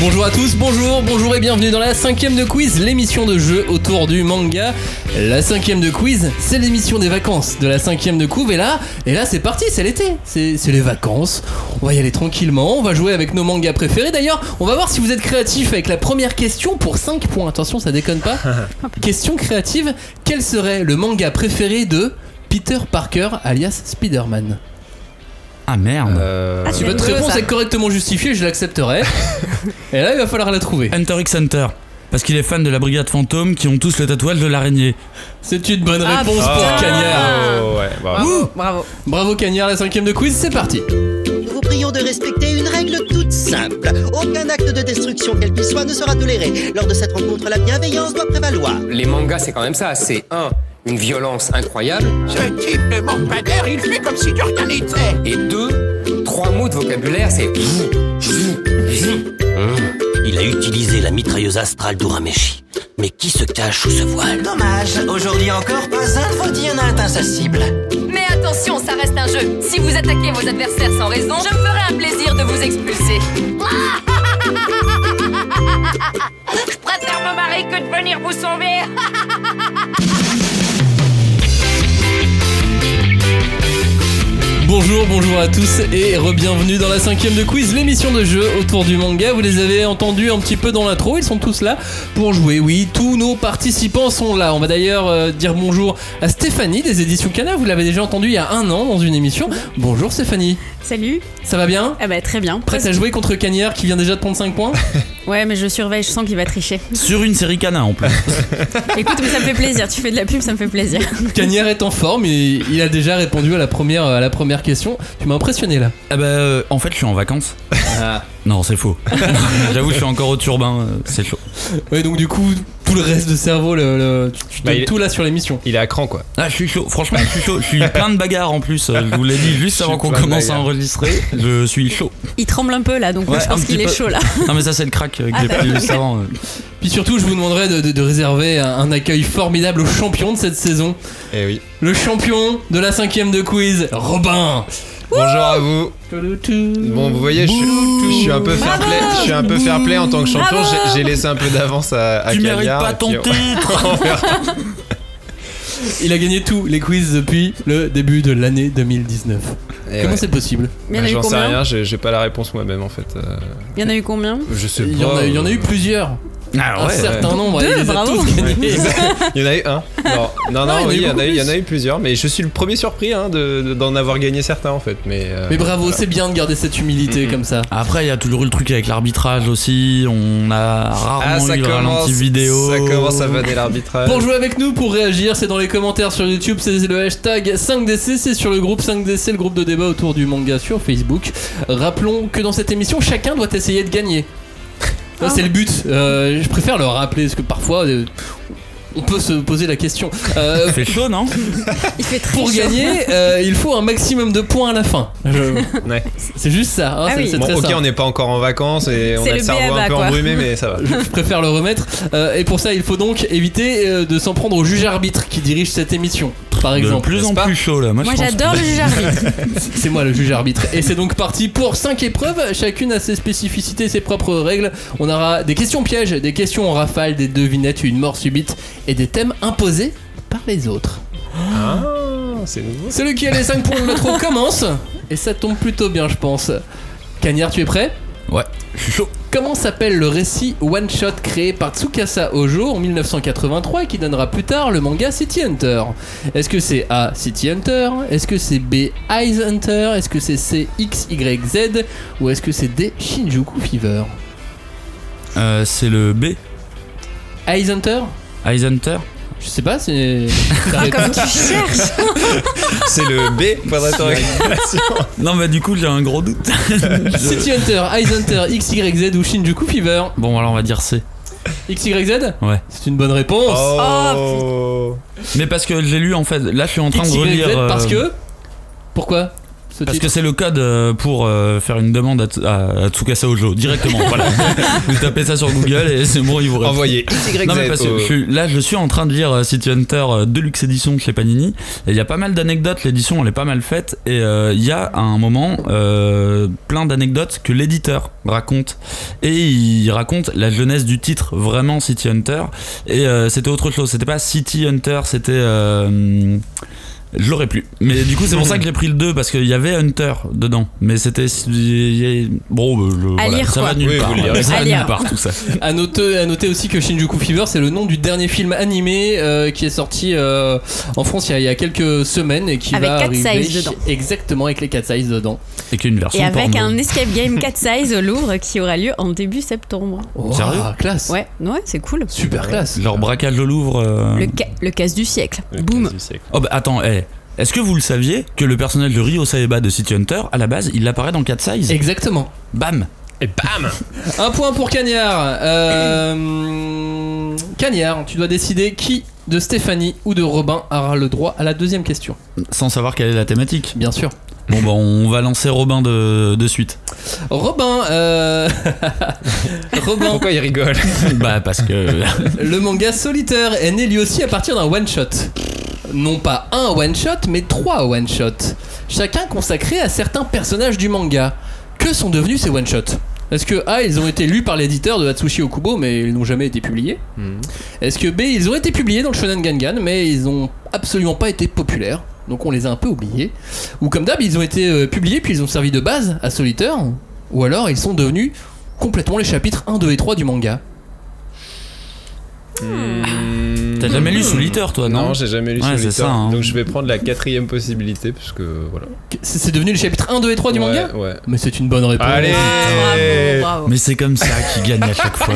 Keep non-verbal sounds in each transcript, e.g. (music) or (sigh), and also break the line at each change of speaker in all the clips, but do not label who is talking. Bonjour à tous, bonjour, bonjour et bienvenue dans la cinquième de quiz, l'émission de jeu autour du manga. La cinquième de quiz, c'est l'émission des vacances de la cinquième de couve et là, et là c'est parti, c'est l'été, c'est c'est les vacances. On va y aller tranquillement, on va jouer avec nos mangas préférés. D'ailleurs, on va voir si vous êtes créatifs avec la première question pour 5 points. Attention, ça déconne pas. question créative, quel serait le manga préféré de Peter Parker alias Spider-Man
Ah merde.
Euh,
Ah, tu
Si votre
rigolo,
réponse
ça.
est correctement justifiée, je l'accepterai. et là, il va falloir la trouver.
Hunter x Hunter. Parce qu'il est fan de la brigade fantôme qui ont tous le tatouage de l'araignée.
C'est une bonne
Ah,
réponse
putain.
pour Cagnard.
Ah.
ouais, bah,
Bravo, bravo.
Bravo Cagnard, la cinquième de quiz, c'est parti.
Nous vous prions de respecter une règle toute simple. Aucun acte de destruction, quel qu'il soit, ne sera toléré. Lors de cette rencontre, la bienveillance doit prévaloir.
Les mangas, c'est quand même ça. C'est un, une violence incroyable.
Ce type ne manque pas d'air, il fait comme si de rien n'était.
Et deux, trois mots de vocabulaire, c'est.
Il a utilisé la mitrailleuse astrale d'Urameshi. Mais qui se cache sous ce voile
Dommage, aujourd'hui encore, pas un de vos dix en a atteint sa cible.
Mais attention, ça reste un jeu. Si vous attaquez vos adversaires sans raison, je me ferai un plaisir de vous expulser. (laughs) Je préfère me marier que de venir vous sauver.
Bonjour, bonjour à tous et re-bienvenue dans la cinquième de quiz, l'émission de jeu autour du manga. Vous les avez entendus un petit peu dans l'intro, ils sont tous là pour jouer. Oui, tous nos participants sont là. On va d'ailleurs euh, dire bonjour à Stéphanie des éditions Cana. Vous l'avez déjà entendue il y a un an dans une émission. Bonjour Stéphanie,
Salut.
ça va bien
Ah bah très bien.
Prête à jouer contre Cagnard qui vient déjà de prendre 5 points
Ouais, mais je surveille, je sens qu'il va (laughs) tricher.
Sur une série cana en (laughs) plus.
Écoute, mais ça me fait plaisir. Tu fais de la pub, ça me fait plaisir.
Cagnard est en forme et il a déjà répondu à la première, à la première question. Tu m'as impressionné là.
Ah bah euh, en fait je suis en vacances.
Ah.
Non c'est faux. (laughs) J'avoue je suis encore au turbin, euh, c'est chaud.
Ouais, donc du coup, tout le reste de cerveau, le, le- tu, tu
Bah,
donnes
il-
tout là sur l'émission.
il est à cran quoi.
Ah je suis chaud, franchement je suis chaud. Je suis plein de bagarres en plus. euh, Je vous l'ai dit juste
Je
avant
suis
qu'on
plein de
commence à
bagarres.
enregistrer. Je suis chaud.
Il tremble un peu là, donc
Ouais,
je
un
pense qu'il
petit
est
peu.
chaud là.
Non mais ça c'est le crack euh, que j'ai pris juste avant. euh.
Puis surtout, je vous demanderai de, de- de réserver un, un accueil formidable au champion de cette saison,
Eh oui.
le champion de la cinquième de quiz, Robin.
Bonjour à vous. Bon, vous voyez, je, suis- je suis un peu fair play. Je suis un peu fair play en tant que champion.
Bravo.
J'ai- J'ai laissé un peu d'avance à, à
Tu mérites
Cagnard,
pas
et
ton
puis-
titre
on (laughs) verra.
Il a gagné tous les quiz depuis le début de l'année 2019.
Eh
Comment
ouais.
c'est possible
Il y en a eu
J'en sais
combien
rien, j'ai j'ai pas la réponse moi-même en fait. euh,
Il y en a eu combien
je sais
Il y, en
pas,
a, il y en a eu
euh,
plusieurs,
Ah
un certain nombre.
Deux,
il les a
bravo.
tous gagnés.
(laughs) Ouais. Il y en a eu un. Non, non, non,
Non, il y en a
oui,
eu
il y en a eu- il y, en
beaucoup
a eu plusieurs, mais je suis le premier surpris hein, de- de- d'en avoir gagné certains en fait. Mais, euh,
Mais bravo, c'est bien de garder cette humilité
Mm,
comme ça.
Après, il y a toujours eu le truc avec l'arbitrage aussi. On a rarement
Ah, ça
eu le
commence,
ralenti vidéo.
ça commence à vanner l'arbitrage.
Pour jouer avec nous, pour réagir, c'est dans les commentaires sur YouTube, c'est le hashtag 5DC, c'est sur le groupe 5DC, le groupe de débat autour du manga sur Facebook. Rappelons que dans cette émission, chacun doit essayer de gagner. Ça,
Ah.
C'est le but. Euh, je préfère le rappeler parce que parfois, euh, on peut se poser la question. Euh,
Fait chaud, non
Il fait très
pour
chaud.
gagner, euh, il faut un maximum de points à la fin. (laughs) Je-
Ouais.
C'est juste ça. hein,
Ah
c'est
oui.
c'est
Bon,
très
ok,
simple.
on n'est pas encore en vacances et on a
C'est
le,
le
cerveau
B.A.B.A.,
un peu
quoi.
embrumé, mais ça va.
(laughs) je préfère le remettre. Euh, et pour ça, il faut donc éviter euh, de s'en prendre au juge-arbitre qui dirige cette émission, par
De
exemple.
plus en
n'est-ce pas
plus chaud là. Moi,
Moi
je pense-
j'adore le juge arbitre.
C'est moi le juge arbitre. Et c'est donc parti pour 5 épreuves. Chacune a ses spécificités, ses propres règles. On aura des questions pièges, des questions en rafale, des devinettes, une mort subite et des thèmes imposés par les autres.
Ah, c'est nouveau.
Celui qui a les 5 points de l'autre commence. Et ça tombe plutôt bien, je pense. Cagnard, tu es prêt
Ouais, je suis chaud.
Comment s'appelle le récit One Shot créé par Tsukasa Ojo en 1983 et qui donnera plus tard le manga City Hunter Est-ce que c'est A City Hunter Est-ce que c'est B Eyes Hunter Est-ce que c'est C XYZ Ou est-ce que c'est D Shinjuku Fever
Euh, c'est le B,
Eyes Hunter
Eisenhunter.
Je sais pas,
(laughs)
c'est. Ça répond.
Oh, Comme tu cherches.
C'est le B, point (laughs) d'interrogation.
Non, bah du coup, j'ai un gros (laughs) doute.
City Hunter, Eyes Hunter, XYZ ou Shinjuku Fever
Bon, alors on va dire C.
XYZ
Ouais.
C'est une bonne réponse
Oh.
Oh, Mais parce que j'ai lu en fait. Là, je suis en train de
XYZ
relire. euh,
parce que. Pourquoi ce
Parce
titre.
que c'est le code euh, pour euh, faire une demande à, T- à- à Tsukasa Ojo directement. voilà. (laughs) Vous tapez ça sur Google et c'est bon, il vous répond.
Envoyez YZ.
Non mais parce que
au-
je suis- là je suis en train de lire euh, City Hunter euh, Deluxe Edition chez Panini et il y a pas mal d'anecdotes, l'édition elle est pas mal faite et euh, il y a à un moment euh, plein d'anecdotes que l'éditeur raconte et il raconte la jeunesse du titre vraiment City Hunter et euh, c'était autre chose, c'était pas City Hunter, c'était... euh, je l'aurais plus. Mais du coup, c'est pour ça que j'ai pris le 2 parce qu'il y avait Hunter dedans. Mais c'était. Bon, euh, je- voilà,
lire,
ça
quoi.
va nulle
Oui,
part.
vous lirez.
Ça
À
va
lire.
nulle part tout ça.
À noter, à noter aussi que Shinjuku Fever, c'est le nom du dernier film animé euh, qui est sorti euh, en France il y, a, il y a quelques semaines et qui
Avec
va
quatre
arriver
sizes dedans.
exactement avec les 4 sizes dedans.
Et qu'une version
Et avec
porno.
un escape game 4 size au Louvre qui aura lieu en début septembre.
Wow,
Sérieux
Oh, classe,
Ouais, ouais, c'est cool.
super classe.
Leur braquage au Louvre. euh,
Le, ca- le casse du siècle.
Le
Boum.
quinze du siècle.
Oh bah attends, eh, est-ce que vous le saviez que le personnage de Ryo Saeba de City Hunter, à la base, il apparaît dans 4 Size
Exactement.
Bam
Et bam
Un point pour Cagnard. Euh, Cagnard, tu dois décider qui de Stéphanie ou de Robin aura le droit à la deuxième question.
Sans savoir quelle est la thématique.
Bien sûr.
Bon bah on va lancer Robin de,
(laughs)
de suite.
Robin, euh, (laughs) Robin,
Pourquoi il rigole
bah parce
(laughs)
que...
le manga solitaire est né lui aussi à partir d'un one shot. Non pas un one shot, mais trois one shot. Chacun consacré à certains personnages du manga. Que sont devenus ces one shots Est-ce que A, ils ont été lus par l'éditeur de Hatsushi Okubo, mais ils n'ont jamais été publiés Est-ce que B, ils ont été publiés dans le Shonen Gangan, mais ils n'ont absolument pas été populaires donc on les a un peu oubliés. Ou comme d'hab, ils ont été euh, publiés puis ils ont servi de base à Solitaire. Ou alors ils sont devenus complètement les chapitres 1, 2 et 3 du manga.
T'as jamais lu Solitaire toi, non,
Hmm. Non, j'ai jamais lu
Ouais, c'est
Solitaire.
ça, hein.
Donc je vais prendre la quatrième possibilité parce que voilà.
C'est c'est devenu les chapitres 1, 2 et 3 Oh, du
ouais,
manga
Ouais.
Mais c'est une bonne réponse.
Allez
Bravo, bravo.
Mais c'est comme ça qu'il gagne à
(laughs)
chaque fois.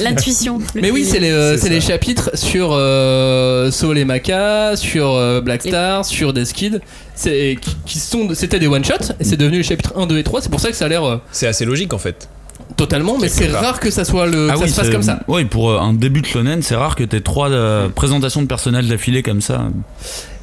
L'intuition. le
Mais oui,
feeling.
c'est les, euh,
C'est
c'est les
ça.
chapitres sur euh, Soul et Maka, sur euh, Black
Et-
Star, sur Death Kid, c'est- qui- qui sont- c'était des one-shots, et c'est devenu les chapitres 1, 2 et 3, c'est pour ça que ça a l'air euh,
C'est assez logique en fait.
totalement, mais c'est
Quelque part.
rare que ça, soit
Ah
le, que ça se passe
c'est-
comme ça.
Oui, pour euh, un début de shonen, c'est rare que t'aies trois euh, présentations de personnages d'affilée comme ça.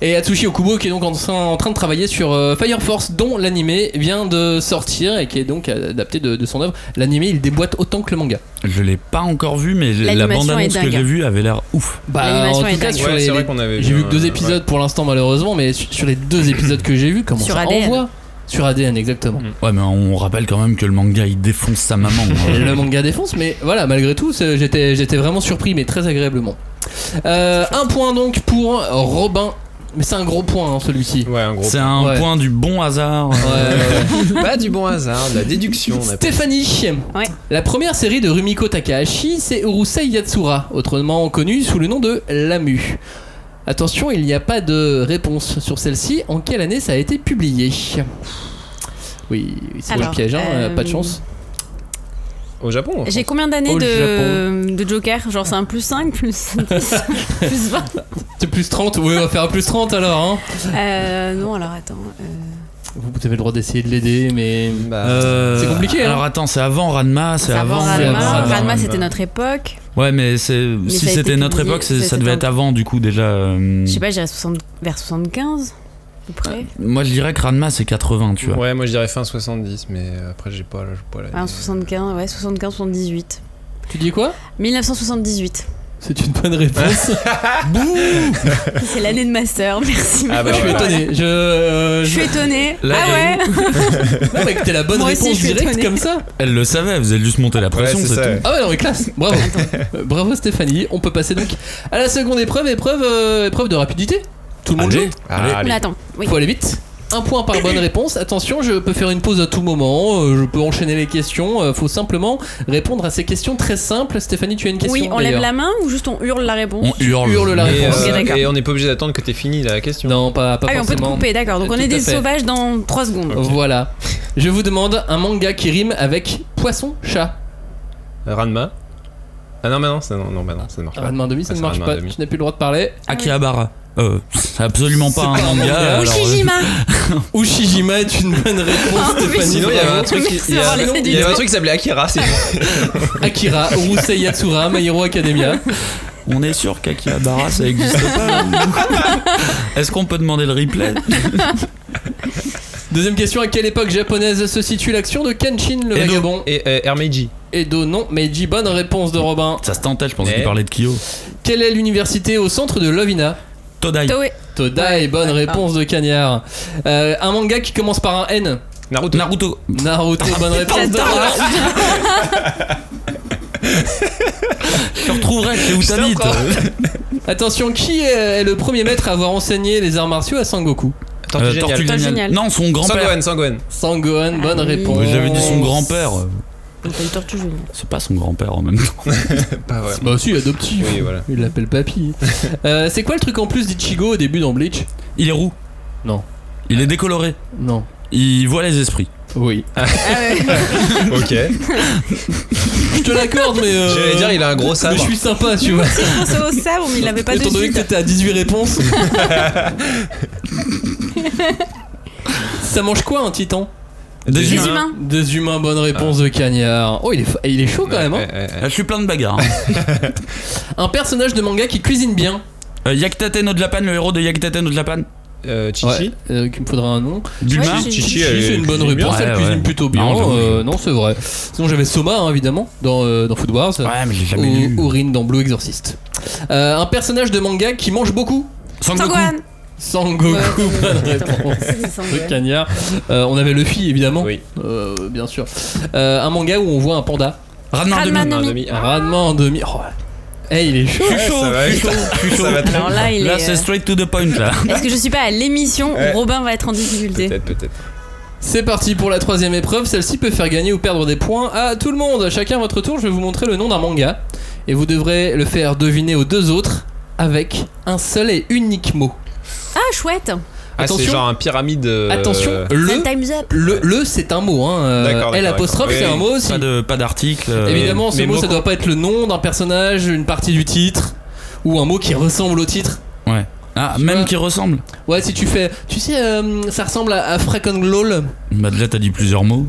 Et Atsushi Okubo qui est donc en, train- en train de travailler sur euh, Fire Force dont l'animé vient de sortir et qui est donc adapté de, de son œuvre. L'animé il déboîte autant que le manga.
Je l'ai pas encore vu, mais la
L'animation
bande annonce
est
que
dingue.
j'ai vue avait l'air ouf.
Bah
L'animation
en tout
est
cas
dingue.
sur
Ouais,
les,
c'est vrai
les-
qu'on avait
j'ai vu que
un-
deux
ouais.
épisodes pour l'instant malheureusement mais su- sur les deux épisodes que j'ai vu comment
Sur
ça
ADN.
envoie sur ADN exactement.
Ouais, mais on rappelle quand même que le manga il défonce sa maman. hein.
Et le manga défonce mais voilà malgré tout c'est- j'étais j'étais vraiment surpris mais très agréablement. Euh, un point donc pour Robin mais c'est un gros point hein, celui-ci.
Ouais, un gros.
C'est un
Ouais.
point du bon hasard.
Ouais, ouais, ouais.
Pas du bon hasard, de la déduction. on appelle.
Stéphanie.
Ouais.
La première série de Rumiko Takahashi, c'est Urusei Yatsura, autrement connue sous le nom de Lamu. Attention, il n'y a pas de réponse sur celle-ci. En quelle année ça a été publié Oui, oui, c'est le
Alors,
piège, hein,
euh,
pas de chance.
Au Japon
J'ai combien d'années
Au
de, de Joker Genre c'est un plus 5, plus 10, (laughs) plus 20
C'est plus 30, oui, on va faire un plus 30 alors. hein.
euh, Non alors attends. euh,
Vous avez le droit d'essayer de l'aider, mais.
Euh,
Bah,
C'est compliqué, hein.
Alors attends, c'est avant Ranma, c'est
avant
avant. Mm.
c'est
Ranma,
avant
Ranma,
Ranma.
c'était notre époque.
Ouais, mais c'est si
ça a été
c'était notre
publié,
époque, c'est-
ça,
ça
c'est
devait
un-
être avant du coup déjà. euh,
Je sais pas, j'irais 60 vers 75 à peu près.
Moi je dirais que Ranma c'est 80, tu vois.
Ouais, moi je dirais fin 70, mais après j'ai pas, j'ai pas la.
Ouais, en 75, ouais, 75, 78.
Tu dis quoi
1978.
C'est une bonne réponse.
C'est l'année de master, (laughs) merci.
Ah bah
je suis
ouais.
étonné. Je.
Je suis étonnée.
Là,
ah ouais
Non, mais que t'aies la bonne
Moi aussi,
réponse
je suis
directe
étonnée.
comme ça.
Elle le savait, vous avez juste monté la pression,
Ouais,
c'est
c'est ça.
tout.
Ah ouais, non, mais classe, bravo. Euh, bravo Stéphanie. On peut passer donc à la seconde épreuve, épreuve, euh, épreuve de rapidité. Tout le monde
Allez,
joue.
Ah,
Mais
allez.
attends, oui.
Faut aller vite. Un point par bonne réponse. Attention, je peux faire une pause à tout moment. euh, Je peux enchaîner les questions. euh, Faut simplement répondre à ces questions très simples. Stéphanie, tu as une question
Oui, on lève
d'ailleurs.
la main ou juste on hurle la réponse
on hurle.
Hurle la
Et,
réponse.
Ok,
euh,
d'accord.
et on n'est pas obligé d'attendre que t'aies fini la question.
Non, pas, pas
Ah oui, on peut te
forcément.
couper, d'accord. Donc on
Tout
est
à
des
fait.
sauvages dans 3 secondes.
Voilà. Je vous demande un manga qui rime avec poisson, chat.
Ranma. Ah non, bah non, ça, non, non, bah non, ça ne marche pas.
Ah, demain demi, ça
Ah,
ne
c'est
marche
Ranma
pas.
à demi.
Tu n'as plus le droit de parler.
Akihabara. Euh, c'est absolument pas un manga. alors, euh,
Ushijima
Ushijima est une bonne réponse,
(laughs) Ah, oui.
Stéphanie.
Sinon, il y avait un
bravo.
truc qui,
Merci
il y
d'avoir
avait-
laissé du
il y avait un
temps.
truc qui s'appelait
(laughs)
Akira. c'est-
Akira, Urusei Yatsura, My Hero Academia.
euh, on est sûr qu'Akihabara ça hein. (laughs) existe pas. Est-ce qu'on peut demander le replay
De Deuxième question à quelle époque japonaise se situe l'action de Kenshin le
Edo
vagabond
et euh, Hermeiji.
Edo non, Meiji, bonne réponse de Robin.
Ça se tentait, je pensais
Eh.
qu'il parlait de Kyo.
Quelle est l'université au centre de Lovina
Todai.
Toei.
Toda
Ouais,
et bonne
ouais,
réponse de Cagnard. Euh, un manga qui commence par un N.
Naruto.
Naruto.
Naruto,
(laughs)
bonne réponse de
J'adore.
Robin.
Tu retrouverais chez où
Putain,
t'habites.
encore. Attention, qui est le premier maître à avoir enseigné les arts martiaux à Sangoku
Tortue
Euh,
Géniale.
Tortue
Génial.
Génial. Non, son grand-père.
Sangohan, Sangohan.
Sangohan, bonne
Ah oui.
réponse.
J'avais dit son grand-père.
Donc, t'as eu Tortue Géniale.
C'est pas son grand-père en même temps.
Pas vrai.
Bah si, adoptif. (laughs)
Oui, voilà.
Il l'appelle
(laughs)
papy. Euh, c'est quoi le truc en plus d'Ichigo au début dans Bleach
Il est roux.
Non.
Il est décoloré.
Non.
Il voit les esprits.
Oui. Ah,
Ok.
Je te l'accorde, mais. euh,
J'allais dire, il a un gros
Mais je
sabre.
suis sympa, tu vois.
Je pensais au sabre, mais il l'avait pas de
Étant donné que
suite.
t'étais à 18
(laughs)
réponses. Ça mange quoi un titan
Des
humains.
humains.
Des humains, bonne réponse de Cagnard. Oh, il est, fa- il est chaud quand même. hein.
Ouais, ouais, ouais.
Ah, Je suis plein de bagarres.
Un personnage de manga qui cuisine bien.
(laughs) Euh, Yakutaten no Japan, le héros de Yakutaten no Japan.
Euh, Chichi.
Euh, qu'il me faudra un nom.
Bulma.
Ouais, j'ai-
Chichi,
Chichi,
elle
c'est une bonne
cuisine
réponse,
bien.
elle
Ouais,
cuisine
ouais.
plutôt bien.
Non, j'avoue.
Euh, Non, c'est vrai. Sinon, j'avais Soma, hein, évidemment, dans, euh, dans Food Wars.
Ouais, mais j'ai
ou,
jamais lu.
ou Rin dans Blue Exorcist. Euh, un personnage de manga qui mange beaucoup.
Sangoku.
Sangohan.
Sangoku, (laughs)
Ouais,
bonne
ouais,
réponse.
C'est
de
Sangohan.
Cagnard. Euh, on avait Luffy évidemment,
Oui.
Euh, bien sûr. Euh, un manga où on voit un panda.
Ranma en
Ranma
demi.
no-
Un
Nami.
demi.
Un Ranma en demi. Oh. Eh, il est chaud.
Je suis chaud,
ça va
je suis
vite.
chaud, je suis chaud.
Ça va très
Alors là, il
Là,
est.
c'est
euh,
straight to the point là.
Est-ce que je suis pas à l'émission
Ouais.
où Robin va être en difficulté
Peut-être, peut-être.
C'est parti pour la troisième épreuve. Celle-ci peut faire gagner ou perdre des points à tout le monde. Chacun à votre tour, je vais vous montrer le nom d'un manga et vous devrez le faire deviner aux deux autres avec un seul et unique mot.
Ah, chouette
Ah, c'est
Attention.
genre un pyramide. euh,
Attention,
Sun
le
time's up
le, le c'est un mot. Hein. Euh,
D'accord, d'accord,
L apostrophe
d'accord.
c'est un mot aussi.
Pas de- Pas d'article. euh,
Évidemment, ce
mais
mot,
mot
ça
qu'on-
doit pas être le nom d'un personnage, une partie du titre, ou un mot qui ressemble au titre.
Ouais. Ah,
Tu vois.
même qui ressemble.
Ouais, si tu fais. Tu sais, euh, ça ressemble à, à Fracon LOL.
Bah déjà, t'as dit plusieurs mots.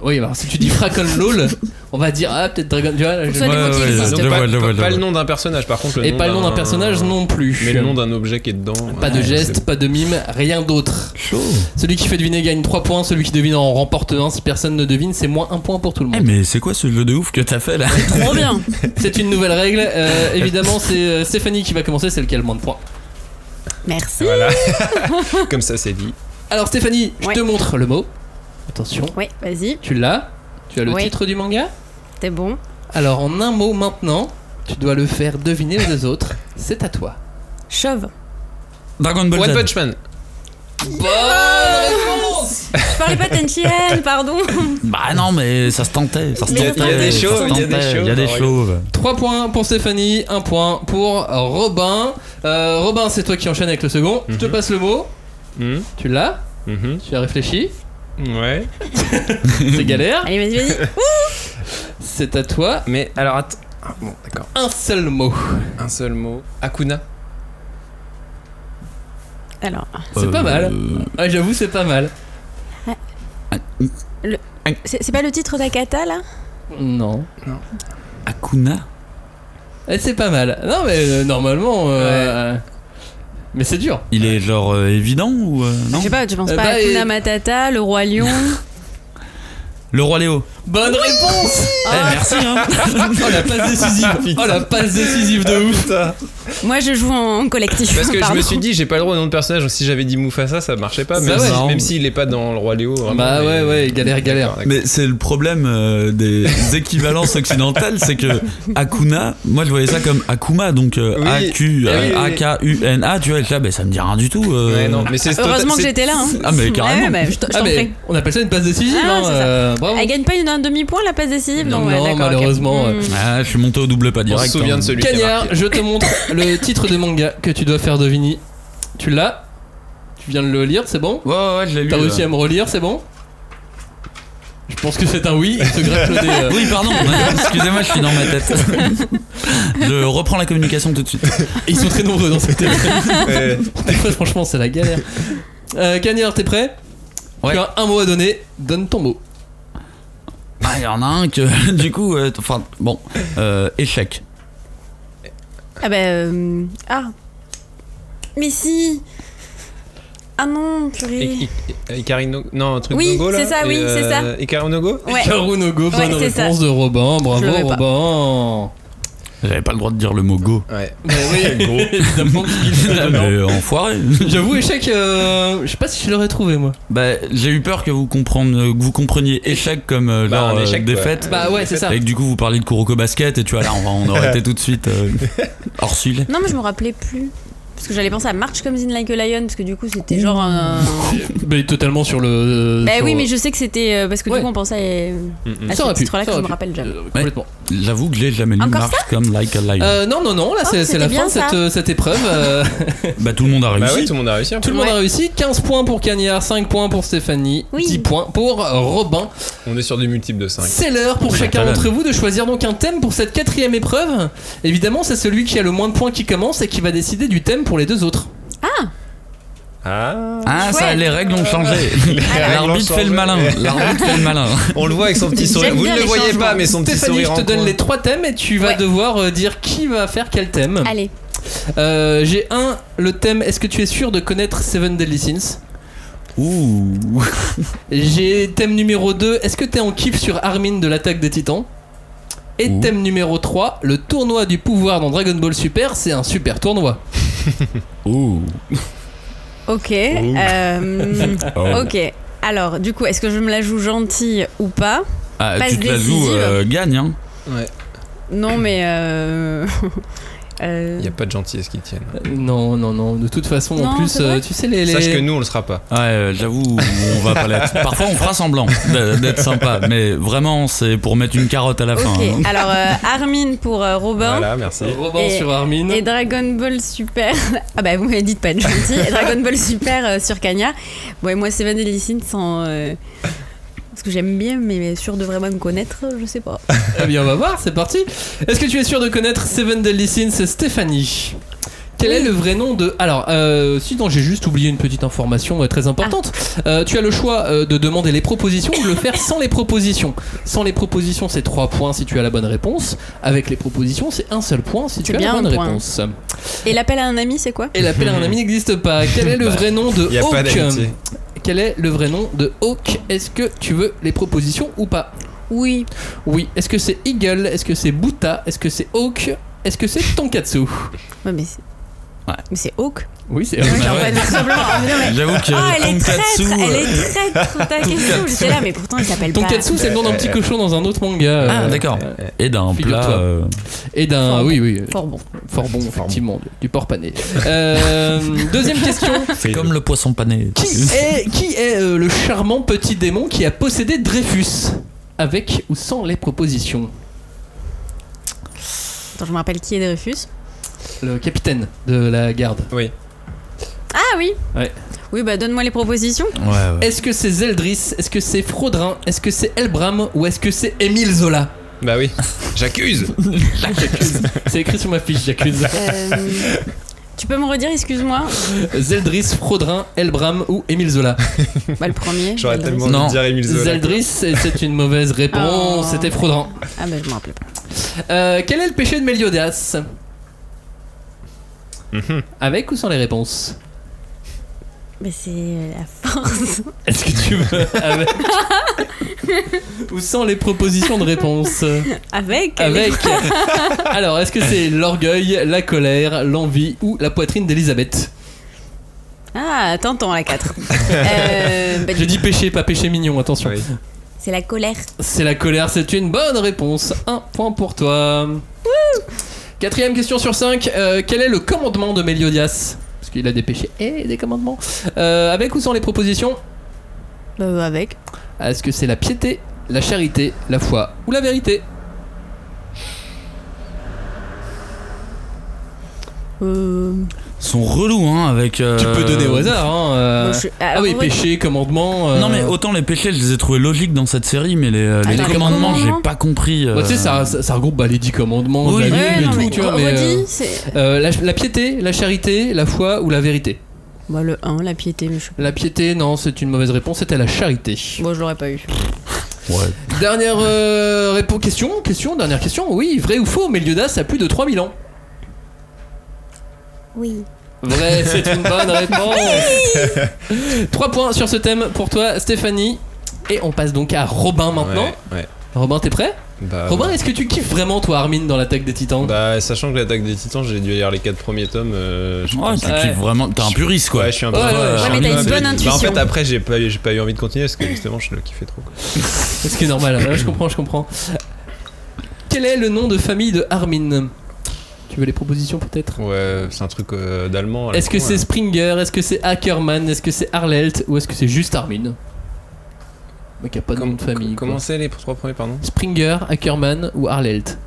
Oui, alors si tu dis Fracon
(laughs)
LOL, on va dire ah, peut-être Dragon. Tu vois, je-
Soit des mots qui
ouais,
existent.
Non,
Je
pas,
vois, je
pas-
vois, je
pas
vois.
le nom d'un personnage, par contre. Le
Et
nom
pas le nom d'un
d'un-
personnage non plus.
Mais le nom d'un objet qui est dedans.
Pas de
Ouais,
geste,
c'est
pas de mime, rien d'autre.
Chaud.
Celui qui fait deviner gagne 3 points, celui qui devine en remporte 1. Si personne ne devine, c'est moins 1 point pour tout le
Eh,
monde.
mais c'est quoi ce jeu de ouf que t'as fait là (laughs)
Trop bien
C'est une nouvelle règle. Euh, évidemment, c'est euh, Stéphanie qui va commencer, c'est lequel moins de points. (laughs)
Merci
bon. Voilà. (laughs) Comme ça, c'est dit.
Alors, Stéphanie, je
Ouais.
te montre le mot. Attention.
Ouais, vas-y,
Tu l'as Tu as le
Oui.
titre du manga
t'es bon.
Alors en un mot maintenant, tu dois le faire deviner aux deux autres. C'est à toi.
Chauve.
Dragon Ball
One
Z.
Punch Man.
Bonne réponse
Je parlais pas Tenchien, pardon (laughs)
Bah non, mais ça se tentait. Ça se
Il y a-
tentait.
il y a des
ça se
chauves, il y a des
tentait,
chauves,
Il y a des
regarde.
chauves.
3 points pour Stéphanie, 1 point pour Robin. Euh, Robin, c'est toi qui enchaînes avec le second. Je te passe le mot.
Mhm,
Tu l'as
mhm.
Tu as réfléchi
Ouais.
C'est galère.
Allez, vas-y, vas-y.
C'est à toi.
Mais alors, attends. Ah, bon, d'accord.
Un seul mot.
Un seul mot. Akuna.
Alors,
C'est pas
Euh,
mal. Ouais, Ah, J'avoue, c'est pas mal.
c'est c'est pas le titre d'Akata, là
Non.
Akuna.
Eh, C'est pas mal. Non, mais euh, normalement. euh, Mais c'est dur.
Il est genre euh, évident ou euh, non
Je sais pas, tu penses
Euh,
pas
bah,
à Hakuna
et-
Matata, le roi lion
Le roi Léo.
Bonne réponse
Eh
Ah.
merci
(laughs)
hein.
Oh la passe
Ah,
décisive Oh la passe décisive de ouf
Moi, je joue en collectif.
Parce que je
pardon.
me suis dit, j'ai pas le droit au nom de personnage. donc Si j'avais dit Mufasa, ça marchait pas.
Ça,
Même
ouais.
si-
Non.
même s'il est pas dans le Roi Léo. vraiment,
Bah
mais-
ouais, ouais, galère, galère.
D'accord, d'accord.
Mais c'est le problème euh, des équivalences occidentales, c'est que Akuna, moi je voyais ça comme Akuma, donc euh,
Oui.
A Q
Ah oui, oui, oui.
A K U N A, tu vois, et là ben, ça me dit rien du tout. euh.
Ouais, non, mais c'est
Heureusement
c'est-
que j'étais là. hein.
Ah, mais carrément.
Ouais, mais je t- je
Ah
t'en
mais
prie.
on appelle ça une passe décisive
Ah,
hein,
c'est ça.
euh, bravo.
Elle gagne pas une un demi-point la passe décisive
Non,
ouais,
non,
d'accord, ok.
malheureusement, ouais.
Hmm.
Ah, je suis monté au double pas
On
direct.
se souvient
hein.
de celui qui a
Cagnard,
marqué.
je te montre le titre de manga que tu dois faire deviner. Tu l'as Tu viens de le lire, c'est bon
Ouais, ouais, ouais, je l'ai lu.
T'as
là.
réussi à me relire, c'est bon Je pense que c'est un oui, il te gratte le nez, euh.
(laughs) Oui, pardon,
(laughs)
excusez-moi, je suis dans ma tête. Je reprends la communication tout de suite.
Ils sont très nombreux dans cette épreuve.
Ouais.
Des fois, franchement, c'est la galère. Euh, Cagnard, t'es prêt
Ouais.
Tu as un mot à donner, donne ton mot.
Ah, il y en a un que, (laughs) du coup, euh, enfin, bon, euh, échec.
ben, Ah bah. euh, Ah. Mais si Ah non, purée.
I- I- Icarino. Non, un truc
Oui,
Nogo là
c'est ça, oui,
Et, euh,
c'est ça.
Icarinogo
(laughs)
Ouais.
Karunogo,
Ouais,
bonne
c'est ça.
réponse de Robin.
Je
Bravo
l'aurais pas.
Robin.
J'avais pas le droit de dire le mot
(laughs)
go.
Ouais.
Ah (laughs) oui, évidemment qu'il fait
Ah,
dedans.
Mais enfoiré.
(laughs)
(laughs)
J'avoue, échec, euh, je sais pas si je l'aurais trouvé moi.
bah, j'ai eu peur que vous, compreniez- que vous compreniez échec comme euh,
Bah,
leur
un
euh,
échec, quoi.
défaite.
Bah ouais, c'est ça.
Et que du coup vous parliez de Kuroko Basket et tu vois là on, va-
(laughs)
on aurait été tout de suite euh, hors sujet.
Non, mais je me rappelais plus. Parce que j'allais penser à March Comes In Like a Lion, parce que du coup c'était genre un.
Bah, totalement sur le.
bah
sur-
oui, mais je sais que c'était. euh, Parce que
Ouais. Mmh,
du coup on pensait
Mm, mm.
à, à
Ça aurait
ce
pu.
titre-là
ça
que je
aurait
me
pu.
rappelle jamais.
Euh, complètement.
J'avoue que je l'ai jamais lu
Encore
March comme Like a Lion.
Euh, non, non, non, là c'est c'est
Oh, c'était
la
bien,
fin de
ça.
cette, euh, cette épreuve. euh,
Bah tout le monde a réussi.
Bah oui, tout le monde a réussi.
tout le monde a réussi. 15 points pour Cagnard, 5 points pour Stéphanie,
Oui.
10 points pour Robin.
On est sur du multiple de 5.
C'est l'heure pour
Oh,
chacun
la
d'entre vous de choisir donc un thème pour cette quatrième épreuve. Évidemment, c'est celui qui a le moins de points qui commence et qui va décider du thème pour les deux autres.
Ah
Ah ça
Chouette.
les règles
(laughs)
ont changé. (laughs) L'arbitre fait le malin. L'arbitre fait le malin.
(laughs) On le voit avec son petit
J'aime
sourire. Vous
bien
ne le
les
voyez
changements.
pas, mais son petit
Stéphanie,
sourire.
je te
en
donne
coin.
les trois thèmes et tu vas
Ouais.
devoir euh, dire qui va faire quel thème.
Allez,
Euh, J'ai un, le thème Est-ce que tu es sûr de connaître Seven Deadly Sins
Ouh.
J'ai thème numéro 2, est-ce que t'es en kiff sur Armin de l'attaque des titans Et
Ouh.
thème numéro 3, le tournoi du pouvoir dans Dragon Ball Super, c'est un super tournoi.
Ouh.
(laughs)
ok. euh,
Oh.
ok. Alors, du coup, est-ce que je me la joue gentille ou pas
Ah,
Bah,
Passe
tu te la joues,
décisive.
euh, gagne hein.
Non, mais. Euh... (laughs) euh,
Il n'y a pas de gentil à ce qu'ils tiennent.
Euh, Non, non, non, de toute façon, en
Non,
plus,
c'est vrai
euh, tu sais, les. les-
Sache que nous, on le sera pas.
Ouais, euh, j'avoue, on va pas
(laughs)
l'être. Parfois, on fera semblant d'a- d'être sympa, mais vraiment, c'est pour mettre une carotte à la fin. hein.
Ok. Alors, euh, Armin pour euh, Robin.
Voilà, merci.
Robin
Et-
sur Armin.
Et Dragon Ball Super. (laughs) Ah bah vous m'avez dit de pas être gentil. Et Dragon Ball Super euh, sur Kanya. Bon et moi Seven et Lysine sans. euh, parce que j'aime bien, mais sûr de vraiment me connaître, je sais pas.
Eh bien, on va voir, c'est parti. Est-ce que tu es sûr de connaître Seven Deadly Sins, Stéphanie quel est le vrai nom de... Alors, euh, sinon j'ai juste oublié une petite information euh, très importante.
Ah.
Euh, tu as le choix euh, de demander les propositions ou de le faire sans les propositions. Sans les propositions, c'est 3 points si tu as la bonne réponse. Avec les propositions, c'est un seul point si tu
C'est
as la
bien un
bonne
point.
réponse.
Et l'appel à un ami, c'est quoi
Et
(laughs)
l'appel à un ami n'existe pas. Quel est le vrai nom de
Il n'y a pas d'amitié.
Hawk Quel est le vrai nom de Hawk Est-ce que tu veux les propositions ou pas
Oui.
oui, est-ce que c'est Eagle Est-ce que c'est Buta Est-ce que c'est Hawk Est-ce que c'est Tonkatsu
Ouais, mais c'est.
Ouais.
Mais c'est Hawk.
Oui, c'est
Ah Ouais, genre,
ouais.
ouais, tout simplement. Mais non, mais-
J'avoue que
Ah, elle est
Tonkatsu,
traître, elle
euh,
est traître, ta question. J'étais là, mais pourtant il s'appelle pas.
Tonkatsu, c'est le nom d'un petit cochon dans un autre manga.
Ah,
euh,
d'accord. Et d'un plat.
Figure-toi.
euh,
Et d'un.
Fort
Oui, oui.
Fort bon.
Fort bon, effectivement. du- Du porc pané. Euh, (laughs) deuxième question.
C'est comme le poisson pané.
Qui est, qui est euh, le charmant petit démon qui a possédé Dreyfus Avec ou sans les propositions
Attends, je me rappelle qui est Dreyfus.
Le capitaine de la garde.
Oui.
Ah oui
Ouais.
Oui, bah donne-moi les propositions.
Ouais, ouais.
Est-ce que c'est Zeldris Est-ce que c'est Fraudrin Est-ce que c'est Elbram Ou est-ce que c'est Émile Zola
Bah oui. J'accuse
C'est écrit sur ma fiche, (laughs) j'accuse.
Euh, tu peux me redire, excuse-moi
Zeldris, Fraudrin, Elbram ou Émile Zola
Bah le premier.
J'aurais
Zeldris.
tellement
Non.
envie de dire Emile Zola.
Zeldris, c'est c'est une mauvaise réponse,
Oh.
c'était Fraudrin.
Ah bah je me rappelais pas.
Euh, quel est le péché de Méliodas
Mhm.
Avec ou sans les réponses
Mais c'est euh, la force. (laughs)
Est-ce que tu veux avec ou sans les propositions de réponse
Avec. elle est-
Avec. Alors, est-ce que c'est l'orgueil, la colère, l'envie ou la poitrine d'Elisabeth
Ah, t'entends la 4. euh, bah,
Je dis péché, pas péché mignon, attention.
Oui.
C'est la colère.
C'est la colère, c'est une bonne réponse. Un point pour toi. Quatrième question sur 5. quel est le commandement de Méliodas Parce qu'il a des péchés et des commandements. Euh, avec ou sans les propositions
Bah euh, avec.
Est-ce que c'est la piété, la charité, la foi ou la vérité
Euh...
Ils sont relous, hein, avec. euh,
Tu peux donner au hasard. hein, euh.
moi, je suis-
Ah oui,
en vrai,
péché, commandement. euh.
Non, mais autant les péchés, je les ai trouvés logiques dans cette série, mais les, euh, les
Attends, les
commandements, j'ai
commandements
pas compris. euh,
Bah, tu sais, ça, ça- ça regroupe bah, les dix commandements, la
Oui, oui,
Bible
Ouais,
et
non,
tout,
mais
tu vois.
redis,
mais, euh,
c'est.
euh, la, la piété, la charité, la foi ou la vérité
Bah le 1, la piété, mais je
La piété, non, c'est une mauvaise réponse, c'était la charité.
Bon, je l'aurais pas eu.
Ouais.
Dernière euh, répo- question, question, dernière question. Oui, vrai ou faux, Meliodas a plus de 3000 ans.
Oui.
Vrai, c'est une bonne réponse. Trois points sur ce thème pour toi, Stéphanie. Et on passe donc à Robin maintenant.
Ouais, ouais.
Robin, t'es prêt
Bah,
Robin, est-ce que tu kiffes vraiment toi Armin dans l'attaque des titans
bah, sachant que l'attaque des titans, j'ai dû lire les 4 premiers tomes. euh, je
Ouais,
pense.
Ah, tu
Ouais.
kiffes vraiment. T'es un puriste quoi.
Ouais, je suis un peu.
Ouais, ouais, ouais.
je suis
Ouais, mais
un
t'as
peu-
une bonne
Bah, en
intuition.
fait, après, j'ai pas, j'ai pas eu envie de continuer parce que justement, je le kiffais trop. quoi.
C'est ce qui est normal, ouais, je comprends, je comprends. Quel est le nom de famille de Armin Tu veux les propositions peut-être
Ouais, c'est un truc euh, d'allemand. à la
Est-ce que
con,
c'est
là.
Springer Est-ce que c'est Ackerman Est-ce que c'est Arlelt Ou est-ce que c'est juste Armin Mec, y a pas de nom de famille. quoi.
Comment c'est les trois premiers, pardon
Springer, Ackerman ou Arlelt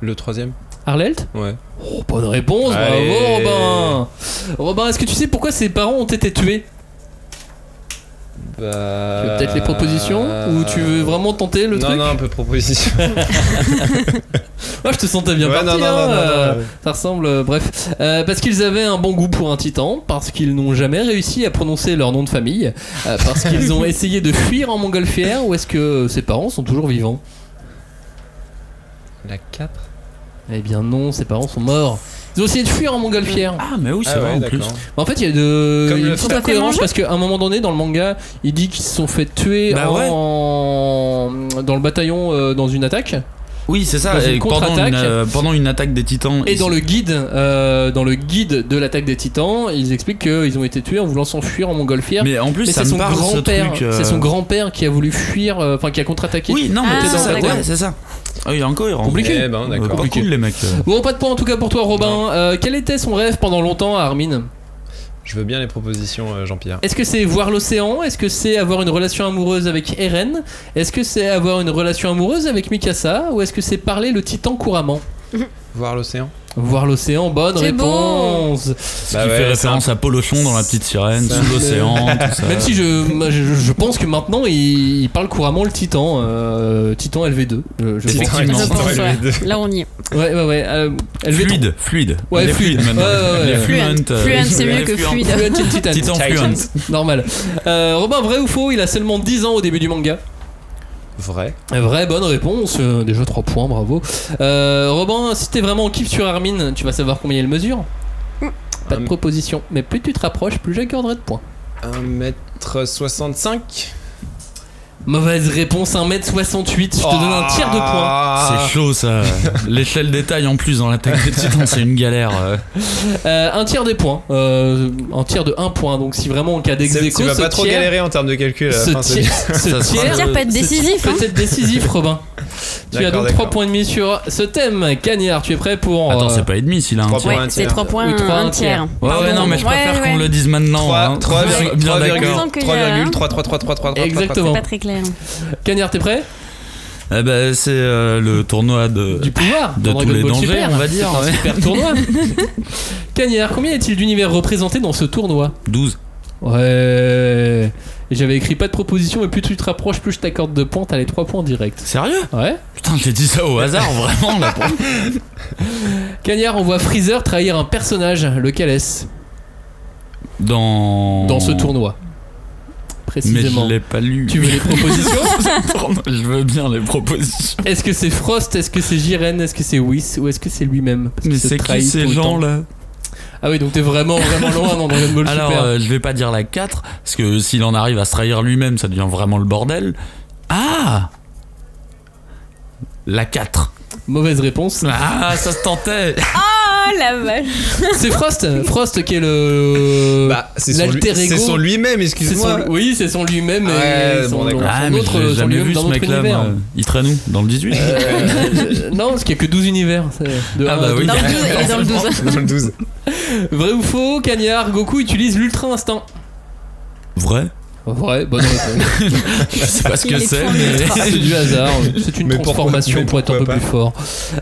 Le troisième
Arlelt
Ouais.
Oh, bonne réponse,
Allez.
bravo Robin Robin, est-ce que tu sais pourquoi ses parents ont été tués
Bah.
Tu veux peut-être les propositions Ou tu veux vraiment tenter le
Euh, non,
truc
Non, un
(laughs)
peu proposition.
Ah, je te sentais bien
Ouais,
parti,
non, non,
hein,
non, non,
euh,
non, ouais.
Ça ressemble, euh, bref. Euh, parce qu'ils avaient un bon goût pour un titan, parce qu'ils n'ont jamais réussi à prononcer leur nom de famille, euh, parce qu'ils
(laughs)
ont essayé de fuir en montgolfière, ou est-ce que euh, ses parents sont toujours vivants
La 4
Eh bien non, ses parents sont morts. Ils ont essayé de fuir en montgolfière.
Ah, mais oui, c'est vrai en plus.
En fait, il y a de
Comme
il y a
le
une petite
fait.
incohérence hein, parce qu'à un moment donné dans le manga, il dit qu'ils se sont fait tuer
Bah ouais.
en... dans le bataillon euh, dans une attaque
Oui, c'est ça.
Dans une
et pendant,
contre-attaque.
une, euh, pendant une attaque des titans.
et
ils-
dans le guide euh, dans le guide de l'attaque des Titans, ils expliquent qu'ils ont été tués en voulant s'enfuir en montgolfière.
Mais en plus,
Mais
ça
c'est
me
son
parle ce
grand-père,
truc. euh,
c'est son grand-père qui a voulu fuir, euh, enfin qui a contre-attaqué.
Oui, non, mais
Ah,
c'est ça.
d'accord.
Ouais, c'est ça. Ah, il est incohérent.
Compliqué.
Eh ben,
Euh,
d'accord.
Pas cool, les mecs. euh.
Bon, pas de point en tout cas pour toi, Robin. Euh, quel était son rêve pendant longtemps à Armin
Je veux bien les propositions, euh, Jean-Pierre.
Est-ce que c'est voir l'océan Est-ce que c'est avoir une relation amoureuse avec Eren Est-ce que c'est avoir une relation amoureuse avec Mikasa Ou est-ce que c'est parler le titan couramment
Voir l'océan
Voir l'océan, bonne
C'est bon.
réponse
Ce
Bah
qui
ouais,
fait
c'est
référence à Polochon dans La Petite Sirène,
Ça,
sous
le-
l'océan, tout ça.
Même si je, moi, je, je pense que maintenant il, il parle couramment le titan, euh, titan LV2. Je, je pense.
Effectivement.
Je
Non,
pense,
ouais,
ouais.
les deux.
Là, on y est.
Ouais, ouais, ouais. euh, LV3.
Fluide, fluide.
Ouais,
Les
fluide.
fluides, maintenant.
Ouais, ouais, ouais.
Les fluents,
Fluent.
euh,
Fluent, c'est
les
mieux que
fluents.
fluide.
Fluent in Titan.
Titan fluent.
Normal. Euh, Robin, vrai ou faux, il a seulement 10 ans au début du manga
Vrai.
Vrai, bonne réponse. Euh, déjà 3 points, bravo. Euh, Robin, si t'es vraiment en kiff sur Armin, tu vas savoir combien il mesure Pas de
Hum.
proposition, mais plus tu te rapproches, plus j'accorderai de points.
1m65
Mauvaise réponse, 1m68, je te donne un tiers de
Ah.
points.
Ah. C'est chaud ça. L'échelle des tailles en plus dans l'attaque des titans, c'est une galère. euh.
Euh, un tiers des points, euh, un tiers de 1 point, donc si vraiment en cas
C'est-
d'exéco,
Tu vas
ce
pas trop
tiers-
galérer en termes de calcul. à la
ce
fin, c'est
tiers-
(laughs) bien.
ce
euh, (laughs) Ça se
tiers
Le tir peut être
ce-
décisif. hein.
peut être décisif,
(laughs)
Robin. Tu as
D'accord,
donc
d'accord.
3 points et demi sur ce thème. Cagnard, tu es prêt pour.
Attends,
euh,
c'est pas et demi s'il a un
Trois
tiers.
points.
Ouais, c'est
tiers.
3 points,
Ou trois,
1
un tiers.
tiers.
Ouais, ouais,
Pardon.
non, mais je
Ouais,
préfère
ouais.
qu'on le dise maintenant. hein.
3, 3,
Bien-
3,
bien
3,
d'accord.
virgule-
3,3333333.
Exactement.
C'est pas très clair.
Cagnard, t'es prêt
Eh ben, c'est euh, le tournoi de.
Du pouvoir
de
dans
tous
Dragon
les
Ball
dangers,
Super. hein.
on va dire,
C'est un
ouais.
super
(laughs)
tournoi. Cagnard, combien y a-t-il d'univers représentés dans ce tournoi
12.
Ouais. Et J'avais écrit pas de proposition, mais plus tu te rapproches, plus je t'accorde de points. T'as les 3 points direct.
Sérieux
Ouais.
Putain, j'ai dit ça au hasard, vraiment là. pour-
Cagnard, on voit Freezer trahir un personnage. Lequel est-ce
Dans.
dans ce tournoi
Oh. Mais je
Précisément.
l'ai pas lu.
Tu veux les propositions
(laughs)
(laughs)
Je veux bien les propositions.
Est-ce que c'est Frost Est-ce que c'est Jiren Est-ce que c'est Whis Ou est-ce que c'est lui-même Parce
Mais
qu'il se
c'est qui
trahit
ces
tout le
gens
temps.
là
Ah oui, donc t'es vraiment, vraiment loin dans Dragon Ball
Alors,
Super.
euh, je vais pas dire la 4, parce que s'il en arrive à se trahir lui-même, ça devient vraiment le bordel. Ah La 4.
Mauvaise réponse.
Ah, ça se tentait
Oh la vache.
(laughs) C'est Frost euh, Frost qui est le.
Bah, c'est son lui-
L'alter ego.
c'est son lui-même,
C'est son-
excuse-moi. Ah
oui, c'est son lui-même et
Ouais,
son,
bon, d'accord.
son
Ah, mais
autre, euh,
je l'ai
son
jamais
lui-même
vu
dans
ce
notre
mec là.
univers. hein.
moi. Il traîne où Dans le 18
Euh, (laughs) non, parce qu'il n'y a que 12 univers. c'est de
Ah
un à
bah oui.
Dans
douze.
le 12, il est dans le 12.
(laughs) Dans
(laughs)
le 12.
Vrai ou faux, Cagnard, Goku utilise l'ultra instinct.
(laughs) Vrai
Vrai, bonne réponse.
Je sais pas ce que
Il est
c'est,
trop
Ah, c'est
mais.
(laughs)
du hasard, c'est une
Mais pourquoi-
transformation
mais
pour être un peu
pourquoi
plus fort.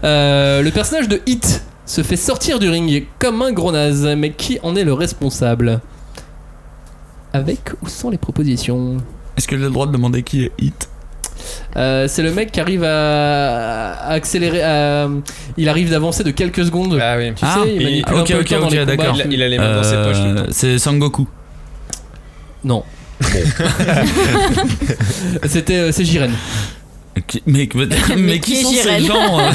Euh, le personnage de Hit se fait sortir du ring comme un gros naze, mais qui en est le responsable Avec ou sans les propositions
Est-ce que j'ai le droit de demander qui est Hit
Euh, c'est le mec qui arrive à, à accélérer. à- il arrive d'avancer de quelques secondes.
Ah oui.
Tu
Ah,
sais, il
et-
manipule
ok,
un peu le
ok,
temps dans
ok,
les combats.
d'accord.
Il a, il a les mains dans ses poches. tout le
Euh,
temps.
C'est Sangoku.
(laughs)
(laughs)
Non. C'était euh, c'est Jiren.
qui- mais, mais,
Mais
qui
qui est
sont ces
Jiren
gens euh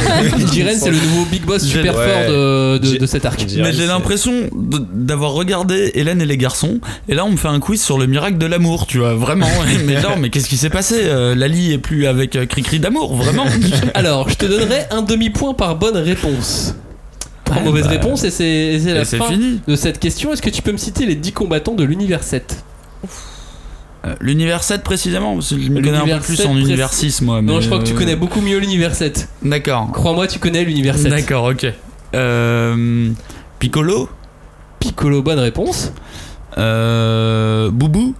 Jiren, c'est le nouveau big boss
Jiren,
super
ouais.
fort de, de-
Ji-
de cet arc.
Jiren,
Mais j'ai
c'est-
l'impression de- d'avoir regardé Hélène et les garçons, et là on me fait un quiz sur le miracle de l'amour, tu
(laughs)
vois, vraiment. mais genre, mais qu'est-ce qui s'est passé Euh, Lali est plus avec euh, Cricri d'amour,
(laughs)
vraiment.
Alors, je te donnerai un demi-point par bonne réponse. Trois
Ouais,
mauvaises
bah.
réponses et c'est et c'est la
Et c'est
fin
fini.
de cette question. Est-ce que tu peux me citer les 10 combattants de l'univers 7
Euh, L'univers 7 précisément, parce que je me connais un peu
L'univers
plus
7
en
précis-
univers 6 moi.
Non,
mais,
je crois que tu
euh,
connais beaucoup mieux l'univers 7.
D'accord.
Crois-moi, tu connais l'univers 7.
D'accord, ok. Euh, Piccolo
Piccolo, bonne réponse.
euh, Boubou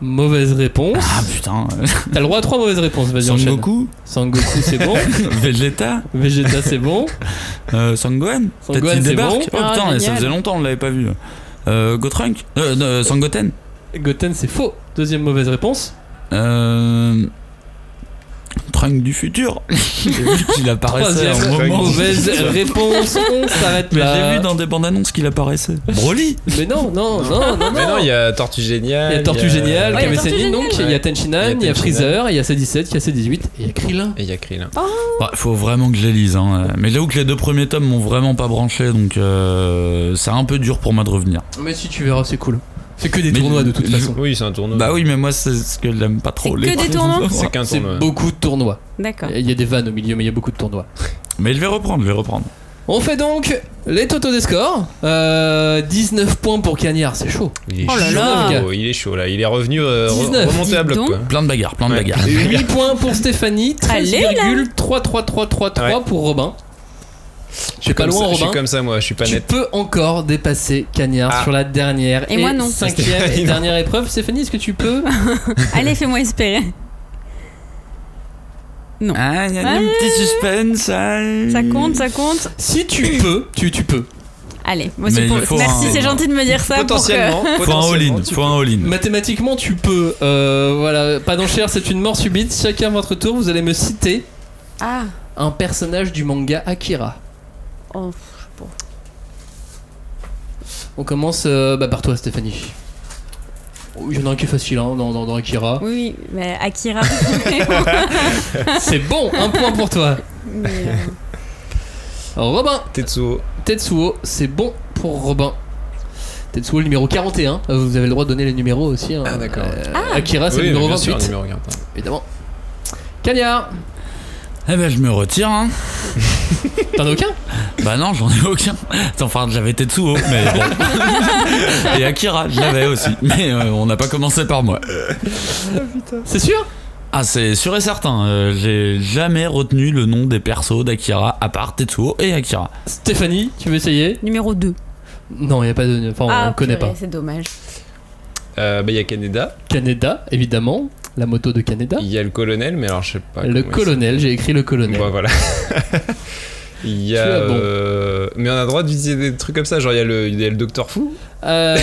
Mauvaise réponse.
Ah (laughs) putain. euh,
T'as le droit à 3 mauvaises réponses, vas-y,
Son
enchaîne.
Goku (laughs)
Sangoku, c'est bon.
Vegeta
Vegeta, c'est bon.
Euh, Sangohan Peut-être
Sangohan,
qu'il
c'est
débarque
bon.
Oh
Ah,
putain, ça
génial.
faisait longtemps, on l'avait pas vu. Euh, Gotrunk euh, euh, Sangoten
Goten, c'est faux. Deuxième mauvaise réponse.
euh, Trunk du futur J'ai vu qu'il apparaissait à un
Troisième
moment.
mauvaise réponse. On s'arrête
Mais
là.
j'ai vu dans des bandes annonces qu'il apparaissait. Broly
Mais non, non, non, non,
Mais non, il y a Tortue Géniale.
Euh, Il y a Tortue Géniale,
Ah Ouais, il y a Tortue
Kamesenin, donc il y a
Ouais.
Tenchinan, il y a Freezer, il y a C17, il y a C18 et il y a Krillin.
Et il y a Krillin.
Oh,
Ouais, faut vraiment que je les lise. Hein. Mais j'avoue que les deux premiers tomes m'ont vraiment pas branché, donc euh, c'est un peu dur pour moi de revenir.
Mais si tu verras, c'est cool. C'est que des
Mais
tournois de toute
je-
façon.
Oui, c'est un tournoi.
Bah oui, mais moi c'est ce que j'aime pas trop.
C'est que des tournois
C'est qu'un
C'est
tournoi.
beaucoup de tournois.
D'accord.
Il y a des vannes au milieu, mais il y a beaucoup de tournois.
Mais je vais reprendre, je vais reprendre.
On fait donc les totaux des scores. Euh, 19 points pour Cagnard, c'est chaud.
Il est
Oh là
chaud,
là.
le gars. il est chaud là. Il est revenu euh, re-
19,
remonté à
dis
bloc.
donc.
Quoi.
Plein de bagarres, plein de
Ouais.
(laughs)
bagarres.
8 points pour Stéphanie,
Allez, là.
13,33333
Ouais.
pour Robin.
Je suis
pas
comme
loin,
ça- Je suis
Robin.
comme ça moi. Je suis pas
Tu
net.
peux encore dépasser Cagnard
Ah.
sur la dernière
Et moi,
(laughs)
non.
cinquième et dernière épreuve. Stéphanie, est-ce que tu peux
Allez, fais-moi espérer.
Ah, il y a
Ah.
un petit suspense. ah.
Ça compte, ça compte.
Si
(coughs)
tu peux, tu, tu peux.
Allez, moi c'est
Mais
pour.
il faut
Merci,
un-
c'est gentil de me dire ça. pour que-
Potentiellement.
Faut un all-in,
potentiellement, tu
faut un all-in.
Mathématiquement, tu peux. Euh, voilà, pas d'enchère, c'est une mort subite. Chacun à votre tour, vous allez me citer
Ah,
un personnage du manga Akira.
oh,
On commence euh, bah, par toi, Stéphanie. Oh, Il y en a un qui est facile hein, dans, dans- dans
(laughs)
Akira.
oui, oui, mais Akira.
C'est bon, un point pour toi.
Mais, euh,
Robin,
peux. Tetsuo.
Tetsuo, c'est bon pour Robin. Tetsuo, le numéro 41. Euh, Vous avez le droit de donner les numéros aussi. hein.
Ah, d'accord.
Euh, Akira, c'est
Oui,
le numéro
bien sûr,
28,
numéro 41.
évidemment. Cagnard,
Eh ben, je me retire, hein.
t'en as aucun
Bah non, j'en ai aucun. Attends, Enfin, j'avais Tetsuo, mais bon. Et Akira, je l'avais aussi. Mais euh, on n'a pas commencé par moi.
C'est sûr
Ah, c'est sûr et certain. euh, J'ai jamais retenu le nom des persos d'Akira, à part Tetsuo et Akira.
Stéphanie, tu veux essayer
Numéro 2.
Non, il n'y a pas de. Enfin, on
ah,
ne connaît
purée,
pas.
C'est dommage.
Euh, bah, il y a Kaneda.
Canada, évidemment. La moto de
Ah.
Canada.
Il y a le colonel, mais alors je sais pas.
le
comment il s'appelle.
colonel, j'ai écrit le colonel.
Bon, voilà. (laughs) Il y a.
Tu as bon.
euh, Mais on a le droit d'utiliser des trucs comme ça, genre il y a le, il y a le Docteur
(laughs)
Fou. (laughs)
Euh,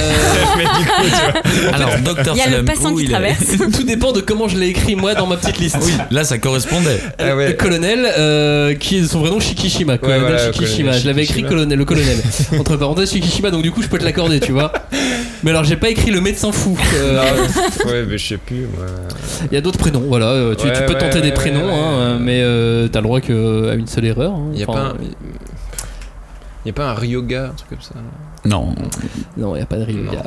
Mais du coup, tu
(laughs)
Alors, Docteur
Il y a le passant qui traverse.
tout dépend de comment je l'ai écrit moi dans ma petite liste.
Oui, là ça correspondait.
vois. Ah
Le
ouais.
colonel, euh, qui est son vrai nom Shikishima. Colonel
voilà, le
Shikishima.
colonel
Je l'avais écrit
Shikishima.
colonel, le
(laughs)
colonel. Entre parenthèses, Shikishima, donc du coup, je peux te l'accorder, tu vois. Mais alors, j'ai pas écrit le médecin fou. Euh,
ah, ouais, mais je sais plus. moi.
Il y a d'autres prénoms, voilà. euh, Tu,
Ouais,
tu peux
ouais,
tenter
ouais,
des
ouais,
prénoms,
ouais.
hein, euh, mais euh, t'as le droit que à une seule erreur. hein.
Il y a
Enfin,
pas. Un... Il y a pas un Ryoga, un truc comme ça.
Non.
euh, Non, il y a pas de rime.
Non.
il y a-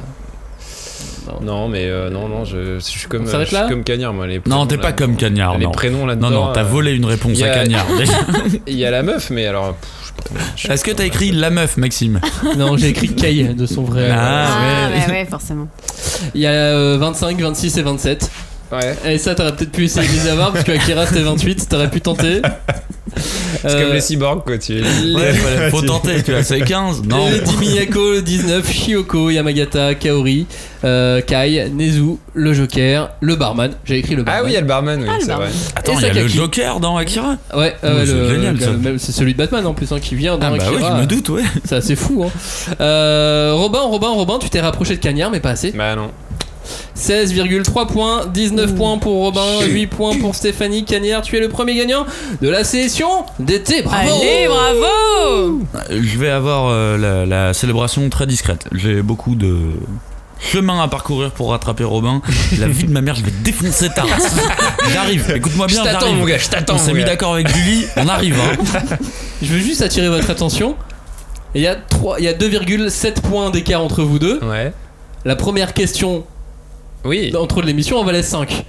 Non, mais euh, non, non, je, je suis
On
comme, je
s'arrête là
suis comme Cagnard, moi. Les
Non,
prénoms,
t'es
là.
pas comme Cagnard,
Les
non.
prénoms là-dedans.
Non, non, t'as
euh,
volé une réponse
il y
à
a-
Cagnard.
Il y a la meuf, mais alors. pff, je sais pas comment- je sais
Est-ce que
pas
t'as
comment-
écrit la meuf, Maxime
Non, j'ai écrit Kay de son vrai.
Ah,
Ah,
ouais.
bah ouais, forcément.
Il y a euh, 25, 26 et 27.
Ouais.
Et ça, t'aurais peut-être pu essayer de les avoir parce que Akira c'était 28, t'aurais pu tenter.
C'est
Euh,
comme les cyborgs, quoi.
(laughs)
Tu...
Ouais, voilà,
(laughs)
Faut tenter, tu vois, c'est 15.
(laughs)
Non.
Lady Miyako le 19, Shioko, Yamagata, Kaori, euh, Kai, Nezu, le Joker, le barman. J'ai écrit le
Ah
barman.
oui, il y a le barman, oui,
Ah, le
c'est vrai.
barman.
Attends,
Et
il y a le
Sakaki.
Joker dans Akira
Ouais, euh,
Oh, c'est
le-
génial,
le-
ça.
même- c'est celui de Batman en plus hein, qui vient dans
Ah bah oui,
Akira.
je me doute, ouais.
C'est assez fou. Hein. Euh, Robin, Robin, Robin, tu t'es rapproché de Cagnard, mais pas assez.
Bah non.
16,3 points, 19 points pour Robin, 8 points pour Stéphanie Cagnard. Tu es le premier gagnant de la session d'été. Bravo!
Allez, bravo
euh, Je vais avoir euh, la, la célébration très discrète. J'ai beaucoup de chemin à parcourir pour rattraper (laughs) Robin. La vie de ma mère, je vais défoncer ta race. J'arrive, écoute-moi bien.
Je t'attends,
j'arrive.
mon gars, je t'attends,
On s'est
mon
mis
gars.
d'accord avec Julie, on arrive. Hein.
Je veux juste attirer votre attention. Il y a, trois- il y a 2,7 points d'écart entre vous deux.
Ouais.
La première question
Oui.
d'entre de l'émission en valait 5.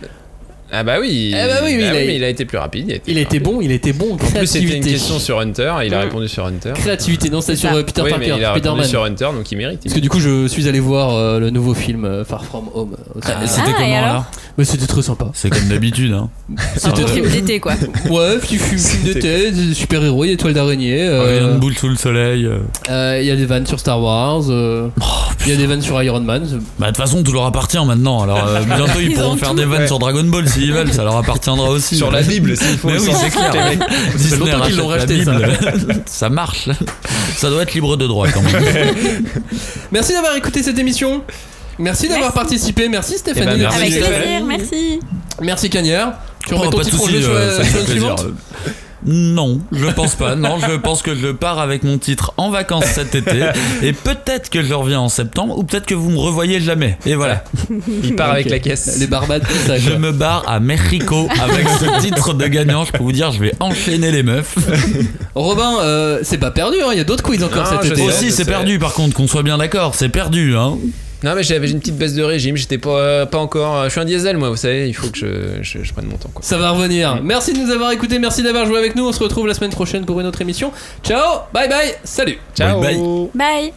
Ah bah oui.
Eh bah oui, oui, il a-
mais il a été plus rapide. Il a été,
Il
plus
était
rapide.
bon, il était bon.
En plus, c'était
Créativité.
une question sur Hunter. Il a répondu sur Hunter.
Créativité, non, c'est sur
ça.
euh, Peter
oui, mais
Parker,
il a répondu
Spider-Man.
sur Hunter, donc il mérite.
Parce que du coup, je suis allé voir euh, le nouveau film euh, Far From Home. au cinéma.
C'était
et
comment
alors
là
Mais c'était très sympa.
C'est comme d'habitude. Hein.
Un
C'était
film d'été, quoi.
très- Ouais, petit film, film de tête, super héros, étoile
Ah,
d'araignée.
Il y a
euh,
une boule sous le soleil. euh.
euh, Il y a des vannes sur Star Wars. euh, Il y a des vannes sur Iron Man. c'est-
Bah de toute façon tout leur appartient maintenant. Alors euh, bientôt ils,
Ils
pourront
ont
faire
tout.
des vannes
Ouais.
sur Dragon Ball s'ils veulent, ça leur appartiendra aussi.
Sur la Bible, s'il faut.
Mais
ils
oui,
sont-
c'est clair.
les mecs.
fait
Disney
longtemps qu'ils l'ont
rachète
racheté,
la Bible. (laughs) ça marche. Ça doit être libre de droit quand même.
Merci d'avoir écouté cette émission. Merci d'avoir
Merci.
participé. Merci Stéphanie.
Eh ben, merci,
Avec
Merci,
Stéphanie.
plaisir, merci.
Merci Cagnard. Tu
Oh,
remets ton
pas de
titre au
soucis,
jeu sur
euh,
la
ça
semaine
fait plaisir.
suivante.
Euh, Non, je pense pas. Non, je pense que je pars avec mon titre en vacances cet été. Et peut-être que je reviens en septembre, ou peut-être que vous me revoyez jamais. Et voilà.
Ah,
Il part avec la caisse.
Les barbades, tout ça.
Je
quoi.
me barre à Mexico avec ce titre de gagnant. Je peux vous dire, je vais enchaîner les meufs.
Robin, euh, c'est pas perdu, hein, il y a d'autres quiz encore
Non,
cet
je
été.
sais.
hein.
Aussi,
je
c'est
sais.
perdu par contre, qu'on soit bien d'accord, c'est perdu, hein.
Non, mais j'avais une petite baisse de régime. J'étais pas, euh, pas encore. Je suis un diesel, moi, vous savez. Il faut que je, je, je prenne mon temps. Quoi.
Ça va revenir. Merci de nous avoir écoutés, merci d'avoir joué avec nous. On se retrouve la semaine prochaine pour une autre émission. Ciao, bye bye, salut.
Ciao.
Bye bye.
Bye.